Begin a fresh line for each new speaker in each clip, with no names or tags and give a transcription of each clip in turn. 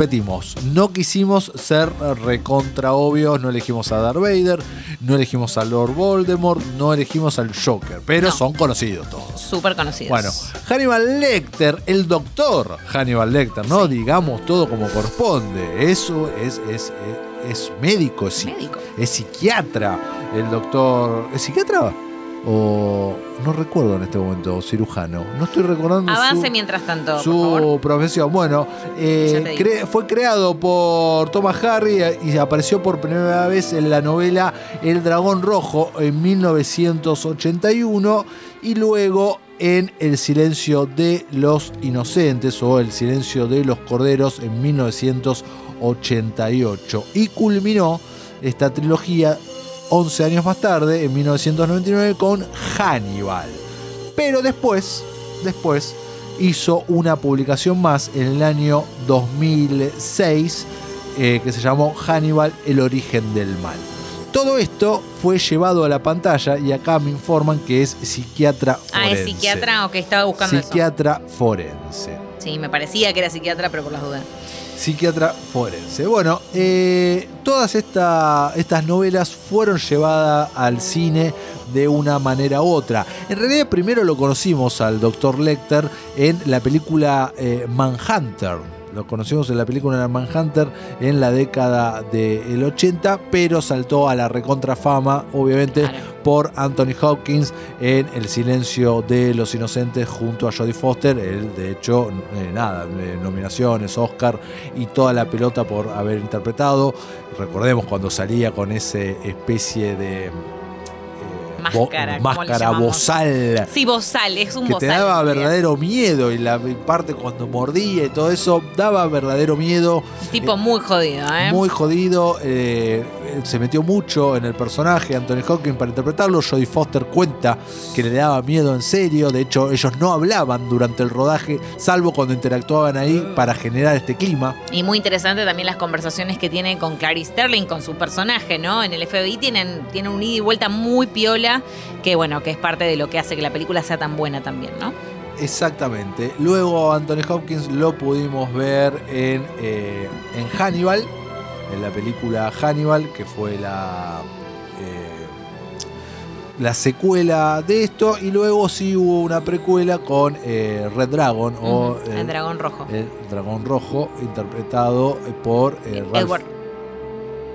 Repetimos, no quisimos ser recontra obvios, no elegimos a Darth Vader, no elegimos a Lord Voldemort, no elegimos al Joker, pero
No.
son conocidos todos.
Súper conocidos.
Bueno, Hannibal Lecter, el doctor Hannibal Lecter, ¿no? Digamos todo como corresponde. Eso es, es, es, es médico, es,
Médico.
es psiquiatra. El doctor. ¿Es psiquiatra? O. No recuerdo en este momento, cirujano. No estoy recordando. su-
Avance mientras tanto, por favor.
su profesión. Bueno, eh,
Ya te digo.
cre- fue creado por Thomas Harry eh, y apareció por primera vez en la novela El Dragón Rojo en 1981 y luego en El Silencio de los Inocentes o El Silencio de los Corderos en 1988 y culminó esta trilogía 11 años más tarde, en 1999, con Hannibal. Pero después, después, hizo una publicación más en el año 2006 eh, que se llamó Hannibal, el origen del mal. Todo esto fue llevado a la pantalla y acá me informan que es psiquiatra
Ah,
forense.
¿es psiquiatra o que estaba buscando
Psiquiatra forense.
eso? Sí, me parecía que era psiquiatra, pero por las dudas.
Psiquiatra forense. Bueno, eh, todas esta- estas novelas fueron llevadas al cine de una manera u otra. En realidad, primero lo conocimos al Dr. Lecter en la película eh, Manhunter. Lo conocimos en la película Manhunter en la década del 80, pero saltó a la recontrafama, obviamente,
Claro.
por Anthony Hopkins en El silencio de los inocentes junto a Jodie Foster. Él, de hecho, eh, nada, eh, nominaciones, Oscar y toda la pelota por haber interpretado. Recordemos cuando salía con esa especie de eh, bo-
Máscara, ¿cómo le
máscara
llamamos?
bozal.
Sí, bozal, es un
Que te
bozal.
daba
en realidad.
verdadero miedo y la parte cuando mordía y todo eso daba verdadero miedo.
Tipo muy jodido, ¿eh?
Muy jodido, eh, se metió mucho en el personaje Anthony Hopkins para interpretarlo. Jodie Foster cuenta que le daba miedo en serio. De hecho, ellos no hablaban durante el rodaje, salvo cuando interactuaban ahí para generar este clima.
Y muy interesante también las conversaciones que tiene con Clarice Sterling, con su personaje, ¿no? En el FBI tienen, tienen un ida y vuelta muy piola, que bueno, que es parte de lo que hace que la película sea tan buena también, ¿no?
Exactamente. Luego Anthony Hopkins lo pudimos ver en, eh, en Hannibal, en la película Hannibal, que fue la, eh, la secuela de esto. Y luego sí hubo una precuela con eh, Red Dragon o
Ujú,
eh,
el dragón rojo.
el Dragón Rojo, interpretado eh, por eh, Ralph-
E- Edward.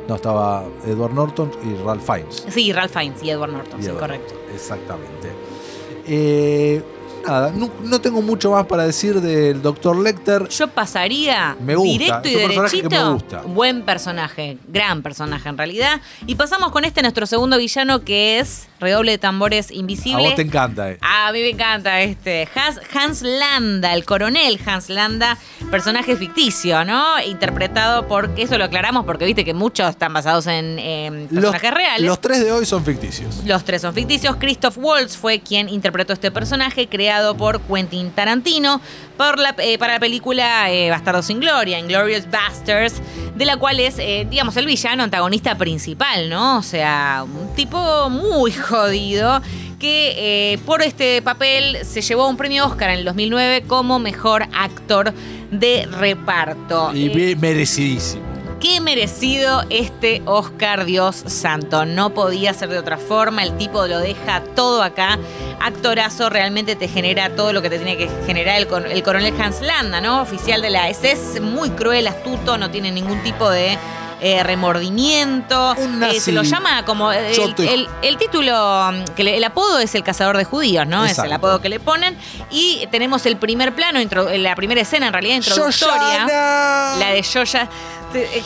No, estaba Edward Norton y Ralph Fiennes.
Sí, Ralph Fiennes y Edward Norton, sí,
Edward.
correcto.
Exactamente. Eh, nada, no, no tengo mucho más para decir del Dr. Lecter.
Yo pasaría
Me gusta,
directo y
es un personaje que
derechito.
me gusta.
Buen personaje, gran personaje en realidad. Y pasamos con este, nuestro segundo villano, que es Redoble de Tambores
A
Invisible. Ah,
vos te encanta, eh.
A mí me encanta este. Hans, Hans Landa, el coronel Hans Landa, personaje ficticio, ¿no? Interpretado por. Eso lo aclaramos porque viste que muchos están basados en em,
Los,
personajes reales.
los tres de hoy son ficticios.
Los tres son ficticios. Christoph Waltz fue quien interpretó este personaje, creado por Quentin Tarantino por la- eh, para la película eh, Bastardos sin Gloria, Inglorious Bastards, de la cual es, eh, digamos, el villano antagonista principal, ¿no? O sea, un tipo muy jodido que eh, por este papel se llevó un premio Oscar en el 2009 como mejor actor de reparto.
Y
Eh,
bien merecidísimo.
Qué merecido este Oscar, Dios santo. No podía ser de otra forma. El tipo lo deja todo acá. Actorazo realmente te genera todo lo que te tiene que generar el, cor- el coronel Hans Landa, ¿no? Oficial de la SS, muy cruel, astuto, no tiene ningún tipo de. eh, remordimiento.
Un
Eh, se lo
nazi
llama como. eh, El,
choto y-
el- el título, mm, que le- el apodo es el cazador de judíos, ¿no? Es el
Exacto.
apodo que le ponen. Y tenemos el primer plano, intro- la primera escena en realidad introductoria.
¡Shoshana!
La de Yoya.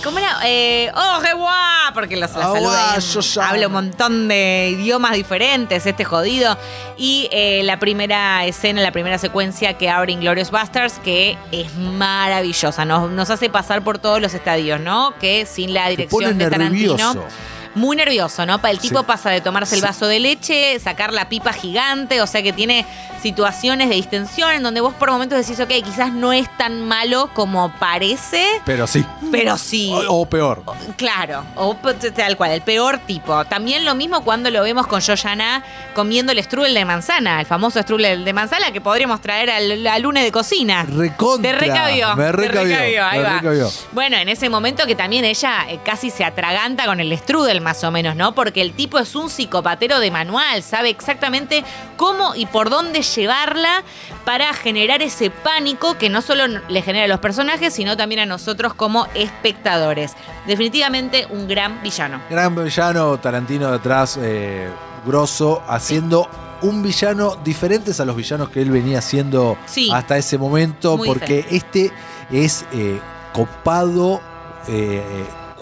¿Cómo era? Eh, ¡Oh, re guá! Porque los, la
Ah,
saluda.
guá,
en-
Shoshana.
Habla un montón de idiomas diferentes, este jodido. Y eh, la primera escena, la primera secuencia que abre Inglorious Busters, que es maravillosa. Nos, nos hace pasar por todos los estadios, ¿no? Que sin la
Te
dirección
pone
de Tarantino.
nervioso.
Muy nervioso, ¿no? Pa- El tipo
Sí.
pasa de tomarse el
Sí.
vaso de leche, sacar la pipa gigante, o sea que tiene situaciones de distensión en donde vos por momentos decís, ok, quizás no es tan malo como parece,
Pero sí.
pero sí.
O, o peor.
Claro, o p- t- tal cual, el peor tipo. También lo mismo cuando lo vemos con Joyana comiendo el strudel de manzana, el famoso strudel de manzana que podríamos traer al, al lunes de cocina.
Recontra.
Te recabió.
Me recabió.
Te recabió, ahí
me
va.
recabió.
Bueno, en ese momento que también ella eh, casi se atraganta con el strudel, más o menos, ¿no? Porque el tipo es un psicopatero de manual, sabe exactamente cómo y por dónde llevarla para generar ese pánico que no solo le genera a los personajes, sino también a nosotros como espectadores. Definitivamente un gran villano.
Gran villano Tarantino detrás, eh, grosso, haciendo un villano diferentes a los villanos que él venía haciendo
Sí.
hasta ese momento,
Muy
porque este es eh, copado, eh,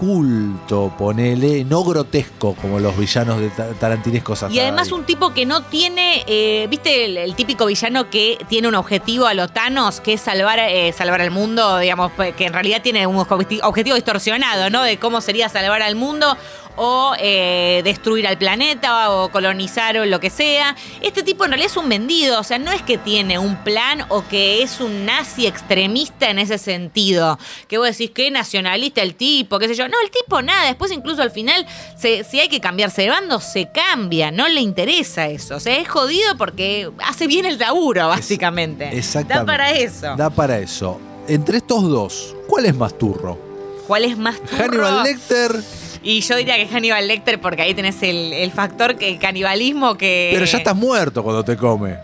culto, ponele, no grotesco como los villanos de ta- tarantinescos hasta
Y además
ahí.
un tipo que no tiene, eh, viste, el, el típico villano que tiene un objetivo a los Thanos, que es salvar, eh, salvar al mundo, digamos, pe- que en realidad tiene un objeti- objetivo distorsionado, ¿no? De cómo sería salvar al mundo o eh, destruir al planeta o colonizar o lo que sea. Este tipo en realidad es un vendido, o sea, no es que tiene un plan o que es un nazi extremista en ese sentido. Que vos decís, qué nacionalista el tipo, qué sé yo. No, el tipo nada. Después incluso al final, se- si hay que cambiarse de bando, se cambia. No le interesa eso. O sea, es jodido porque hace bien el laburo, básicamente.
Exactamente.
Da para eso.
Da para eso. Entre estos dos, ¿cuál es más turro?
¿Cuál es más turro?
Hannibal Lecter,
Y yo diría que Hannibal Lecter porque ahí tenés el, el factor que canibalismo que...
pero ya estás muerto cuando te come.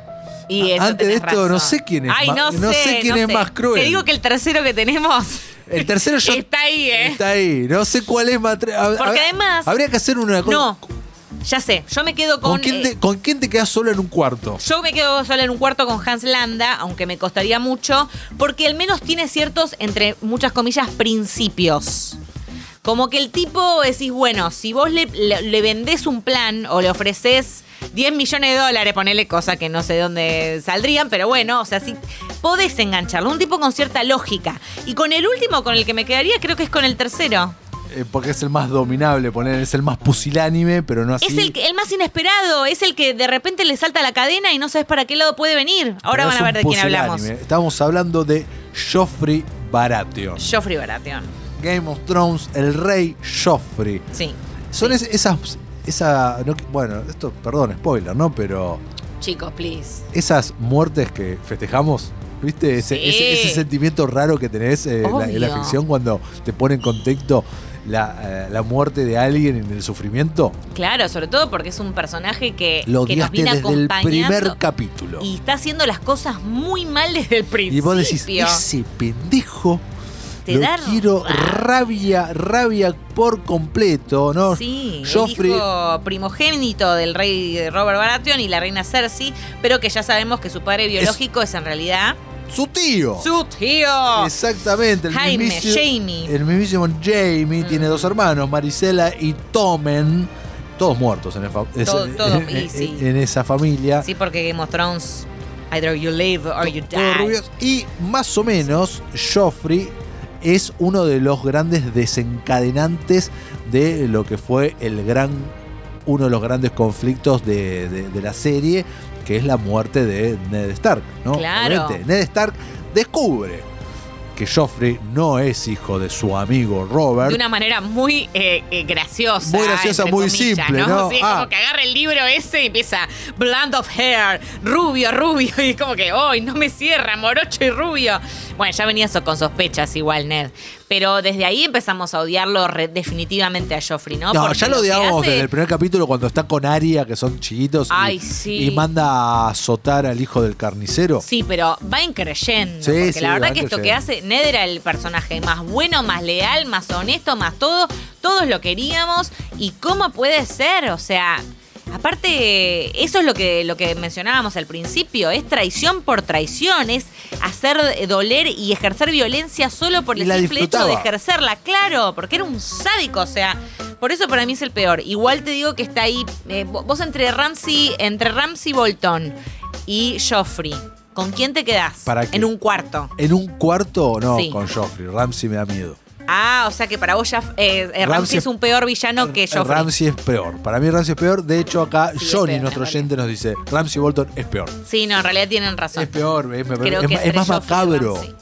Y eso
Ah, Antes de
tenés
esto, no
razón.
sé quién es
Ay,
más-
no,
no sé quién es más cruel.
Te digo que el tercero que tenemos
El tercero yo
está ahí, ¿eh?
Está ahí. No sé cuál es más. tre- hab-
Porque
hab-
además-
Habría que hacer una cosa.
No, ya sé. Yo me quedo
¿Con,
con...
quién
eh,
te, ¿Con quién te quedas solo en un cuarto?
Yo me quedo sola en un cuarto con Hans Landa, aunque me costaría mucho, porque al menos tiene ciertos, entre muchas comillas, principios. Como que el tipo decís, bueno, si vos le, le- le vendés un plan o le ofreces 10 millones de dólares, ponele cosa que no sé de dónde saldrían, pero bueno, o sea, si podés engancharlo, un tipo con cierta lógica. Y con el último con el que me quedaría, creo que es con el tercero.
Eh, porque es el más dominable, poner, es el más pusilánime, pero no así.
Es el, que- el más inesperado, es el que de repente le salta la cadena y no sabes para qué lado puede venir. Ahora
pero
van
es
a
un
ver de quién hablamos.
pusilánime. Estamos hablando de Joffrey Baratheon.
Joffrey Baratheon.
Game of Thrones, el rey Joffrey.
Sí.
Son es- esas. Esa, no- bueno, esto, perdón, spoiler, ¿no? Pero
Chicos, please.
esas muertes que festejamos, ¿viste? Ese,
Sí.
ese- ese sentimiento raro que tenés eh, en la- en la
Obvio.
ficción cuando te pone en contexto la, eh, la muerte de alguien en el sufrimiento.
Claro, sobre todo porque es un personaje que,
Lo
que nos
odiaste
viene
desde el
acompañando.
primer capítulo.
y
Y,
está haciendo las cosas muy mal desde el principio.
vos decís, ese pendejo
Te
lo
da
quiero
rabia.
rabia, rabia por completo, ¿no?
Sí, el
Joffrey-
hijo primogénito del rey Robert Baratheon y la reina Cersei, pero que ya sabemos que su padre biológico es, en realidad
Su tío.
su tío.
Exactamente, Oh. el
Jaime,
mismísimo-
Jamie.
El mismísimo Jamie tiene
Mm.
dos hermanos, Marisela y Tomen, todos muertos en, el fa- es-
Todo- todo,
en-
y sí.
en esa familia.
Sí, porque Game of Thrones, either you live or you
Todos
die.
rubios. Y más o menos, Joffrey es uno de los grandes desencadenantes de lo que fue el gran, uno de los grandes conflictos de, de- de la serie, que es la muerte de Ned Stark. ¿no?
Claro.
Obviamente, Ned Stark descubre que Joffrey no es hijo de su amigo Robert.
De una manera muy eh, eh, graciosa.
Muy graciosa,
entre
muy
comillas,
simple, ¿no?
Sí, es
Ah.
como que agarra el libro ese y empieza Blonde of Hair, rubio, rubio. Y es como que, hoy no me cierra, morocho y rubio! Bueno, ya venía eso con sospechas igual, Ned. Pero desde ahí empezamos a odiarlo re- definitivamente a Joffrey, ¿no?
No,
Porque
ya lo
que
odiábamos
hace-
desde el primer capítulo cuando está con Aria, que son chiquitos, y-
Ay,
y,
sí.
manda a azotar al hijo del carnicero.
Sí, pero va increyendo.
Sí,
porque
sí,
la verdad
va
que esto que
increyendo.
hace, Ned era el personaje más bueno, más leal, más honesto, más todo. Todos lo queríamos. ¿Y cómo puede ser? O sea. Aparte, eso es lo que, lo que mencionábamos al principio, es traición por traición, es hacer eh, doler y ejercer violencia solo por
Y
el
la
simple hecho de
disfrutaba.
ejercerla, claro, porque era un sádico, o sea, por eso para mí es el peor. Igual te digo que está ahí, eh, vo- vos entre Ramsey, entre Ramsey Bolton y Joffrey, ¿con quién te quedás?
¿Para qué?
En un cuarto.
En un cuarto, no,
Sí.
con Joffrey. Ramsey me da miedo.
Ah, o sea que para vos ya eh, eh, Ramsey
Ramsey-
es un peor villano que Joffrey.
Ramsey es peor. Para mí Ramsey es peor. De hecho, acá
Sí, es
Johnny,
peor,
nuestro
en realidad.
oyente, nos dice, Ramsey Bolton es peor.
Sí, no, en realidad tienen razón.
Es peor, es,
Creo
es-
que
es
entre
más
Joffrey y
macabro.
Ramsay.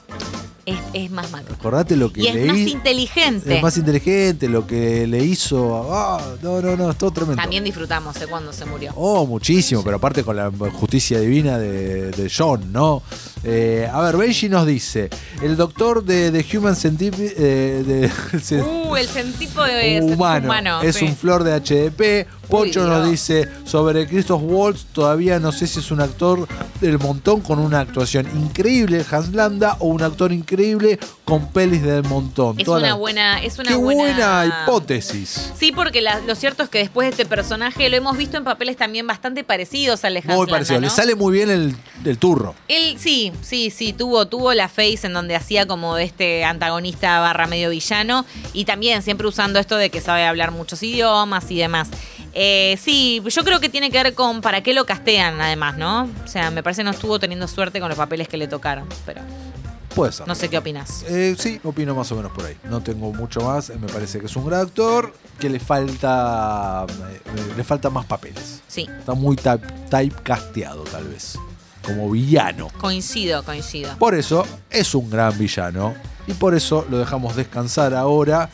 Es, es más macabro.
Acordate lo que
Y es
leí.
más inteligente.
Es más inteligente, lo que le hizo. ah, no, no, no, es todo tremendo.
También disfrutamos de cuando se murió.
Oh, muchísimo, pero aparte con la justicia divina de, de John, ¿no? Eh, a ver, Benji nos dice: el doctor de, de Human Centipede.
Uh, el sentipo de sentipo
humano. es
sí.
un flor de HDP. Poncho
Uy, Dios.
nos dice sobre Christoph Waltz, todavía no sé si es un actor del montón con una actuación increíble, Hans Landa, o un actor increíble con pelis del montón.
Es
Toda
una
la-
buena, es una
Qué
buena,
buena hipótesis.
Sí, porque la- lo cierto es que después de este personaje lo hemos visto en papeles también bastante parecidos al de Hans
Muy
Landa,
parecido. Le
¿no?
sale muy bien el, el turro.
Él sí, sí, sí, tuvo, tuvo la face en donde hacía como de este antagonista barra medio villano y también siempre usando esto de que sabe hablar muchos idiomas y demás. Eh, sí, yo creo que tiene que ver con para qué lo castean además, ¿no? O sea, me parece no estuvo teniendo suerte con los papeles que le tocaron, pero
Puede ser.
no sé qué opinas.
Eh, sí, opino más o menos por ahí. No tengo mucho más. eh, Me parece que es un gran actor. Que le falta. eh, eh, le falta más papeles.
Sí,
Está muy type, typecasteado, tal vez. Como villano.
coincido, coincido.
Por eso es un gran villano. Y por eso lo dejamos descansar ahora.